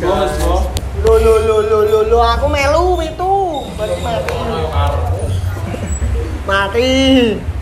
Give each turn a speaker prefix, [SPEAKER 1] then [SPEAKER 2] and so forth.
[SPEAKER 1] Mas, Mo.
[SPEAKER 2] Lu lu lu lu lu lu aku melu itu. Berarti mati. Mati.